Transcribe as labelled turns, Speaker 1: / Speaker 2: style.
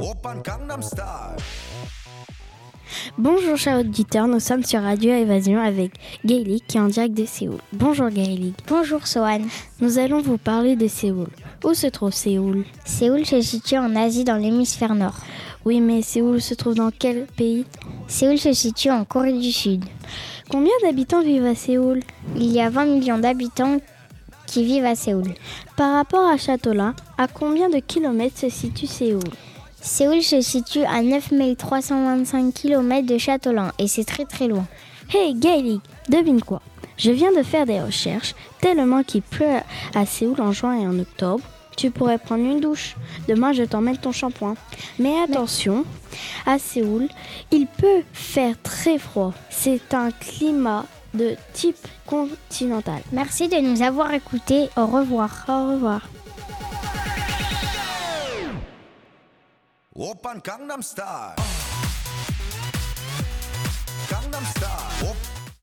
Speaker 1: 오빤 강남스타일
Speaker 2: Bonjour chers auditeurs, nous sommes sur Radio Évasion avec Gaëlic qui est en direct de Séoul. Bonjour Gaëlic.
Speaker 3: Bonjour Sohan.
Speaker 2: Nous allons vous parler de Séoul. Où se trouve Séoul
Speaker 3: Séoul se situe en Asie dans l'hémisphère nord.
Speaker 2: Oui mais Séoul se trouve dans quel pays
Speaker 3: Séoul se situe en Corée du Sud.
Speaker 2: Combien d'habitants vivent à Séoul
Speaker 3: Il y a 20 millions d'habitants qui vivent à Séoul.
Speaker 2: Par rapport à Châtelain, à combien de kilomètres se situe Séoul
Speaker 3: Séoul se situe à 9325 km de Châtelain et c'est très très loin.
Speaker 2: Hey Gaëlic, devine quoi Je viens de faire des recherches, tellement qu'il pleut à Séoul en juin et en octobre. Tu pourrais prendre une douche. Demain, je t'emmène ton shampoing. Mais attention, à Séoul, il peut faire très froid. C'est un climat de type continental.
Speaker 3: Merci de nous avoir écoutés. Au revoir.
Speaker 2: Au revoir.
Speaker 1: 오빤 강남스타일